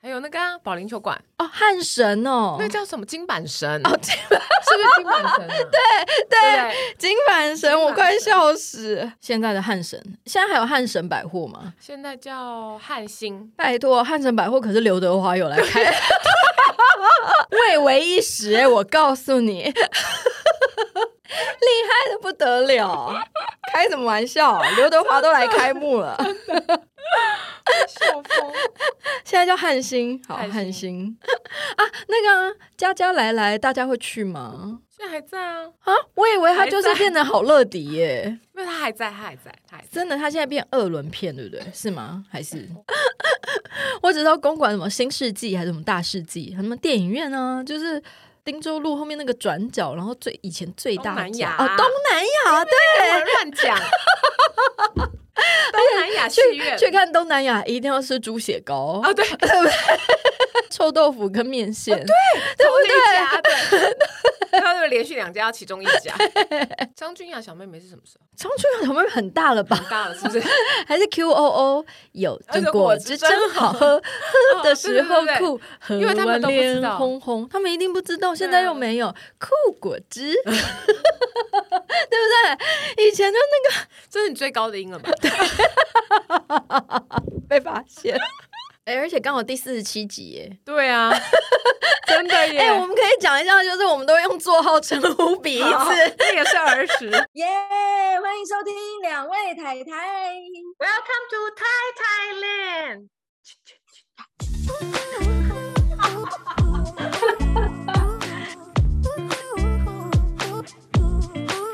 啊，保龄球馆，哦，汉神哦，那叫什么金板神？哦金板是不是金板 神、啊？对对，金板神，金我板快笑死！现在的汉神，现在还有汉神百货吗？现在叫汉 兴。拜托，汉神百货可是刘德华有来开， 蔚为一时、欸、我告诉你， 厉害的不得了！开什么玩笑、啊刘德华都来开幕 了，笑疯！现在叫汉星，好汉汉星啊，那个啊，佳佳来来，大家会去吗？现在还在啊，啊，我以为他就是还在变得好乐迪耶、因为他还在，他还在，他还在。真的，他现在变二轮片，对不对？是吗？还是 我只知道公馆什么新世纪还是什么大世纪，什么电影院啊，就是汀州路后面那个转角，然后最以前最大东南家亚哦，东南亚对，哎我乱讲。 东南亚戏院去看东南亚一定要吃猪血糕、 哦，对，臭豆腐跟面线，同一 家对，他就连续两家要其中一家。张君雅小妹妹是什么时候？张君雅小妹妹很大了吧？长大了是不 是？还是 Q O O 有这哎果汁真好喝，哦喝 的时候酷，喝对对对因为他们完都不知脸道红红，他们一定不知道，现在又没有酷果汁， 对不对？以前就那这是你最高的音了吧？个被发现， 哎、而且刚好第四十七集耶，对啊，真的耶 哎、我们可以讲一下，就是我们都用座号称呼彼好此，哦这也是儿时。耶欢迎收听两位太太。 Welcome to Thai Thailand。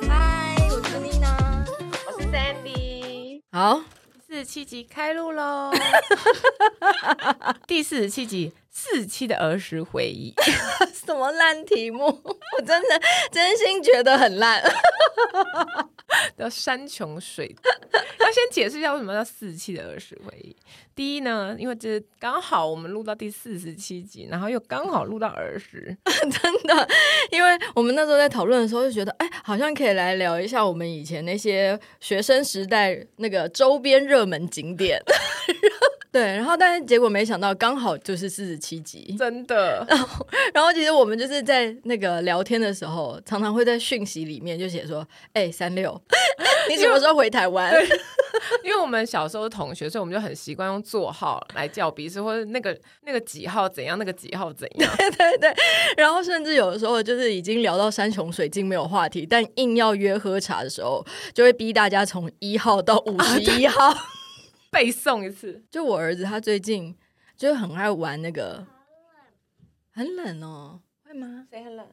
嗨，我是妮娜。我是 Sandy。好，四十七集开录喽！第四十七集，四十七的儿时回忆。 什么烂题目，我真的真心觉得很烂。叫山穷水尽。要先解释一下为什么叫四十七的儿时回忆。第一呢，因为这刚好我们录到第四十七集，然后又刚好录到儿时，真的，因为我们那时候在讨论的时候就觉得，哎，好像可以来聊一下我们以前那些学生时代那个周边热门景 点。对，然后但是结果没想到，刚好就是四十七 集。真的。然后其实我们就是在那个聊天的时候，常常会在讯息里面就写说：“哎，三六， 你什么时候回台 湾？”因为我们小时候是同学，所以我们就很习惯用座号来叫彼此，或者那个那个几号怎样，那个几号怎样。对对，然后甚至有的时候就是已经聊到山穷水尽没有话题，但硬要约喝茶的时候，就会逼大家从一号到五十一号。背诵一次，就我儿子他最近就很爱玩那个，很冷哦，会吗？谁很冷？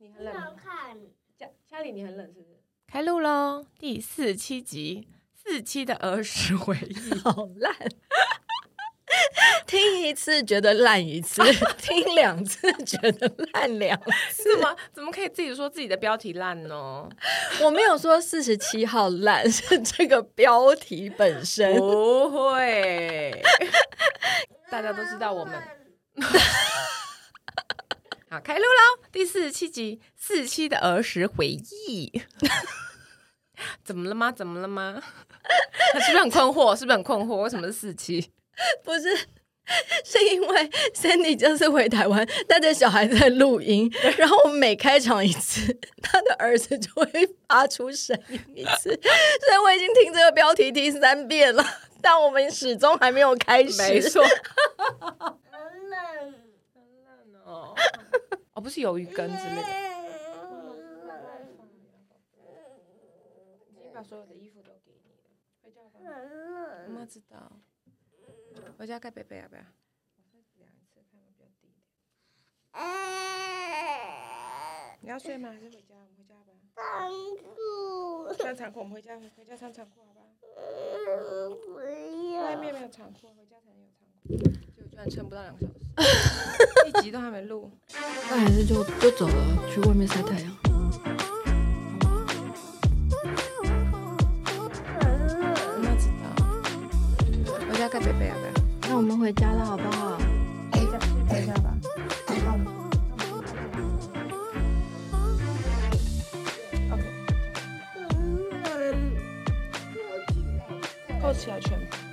你很看，家家里你很冷是不是？开录喽，第四十七集，四七的儿时回忆。 好烂， 听一次觉得烂一 次，听两次觉得烂 两次。怎么怎么可以自己说自己的标题烂呢？我没有说四十七号烂，是这个标题本身。 不会，大家都知道我 们。好，开录喽！第四十七集，四十七的儿时回忆。 怎么了吗？怎么了吗？他 是不是很困惑？是不是很困惑？为什么是四七？不是， 是因为 Sandy 就是回台湾带着小孩在录音，然后我每开场一次， 他的儿子就会发出声音一次，所 以我已经听这个标题听三遍了， 但我们始终还没有开始。没错，很冷，哦，哦，不是鱿鱼羹之类的。把所有的衣服都给你了，回家吧。很冷。妈知道。回家盖被被啊不要。你要睡吗？还是回家？我们回家吧。仓库，穿长裤，我们回家，回家穿长裤好吧？不要外面没有长裤，回家才能有长裤。结果居然撑不到两个小时， 一集都还没录。那还是就就走了，去外面晒太阳。很冷。妈知道。回家盖被被啊不要。那我们回家了，好不好？扣起来全部。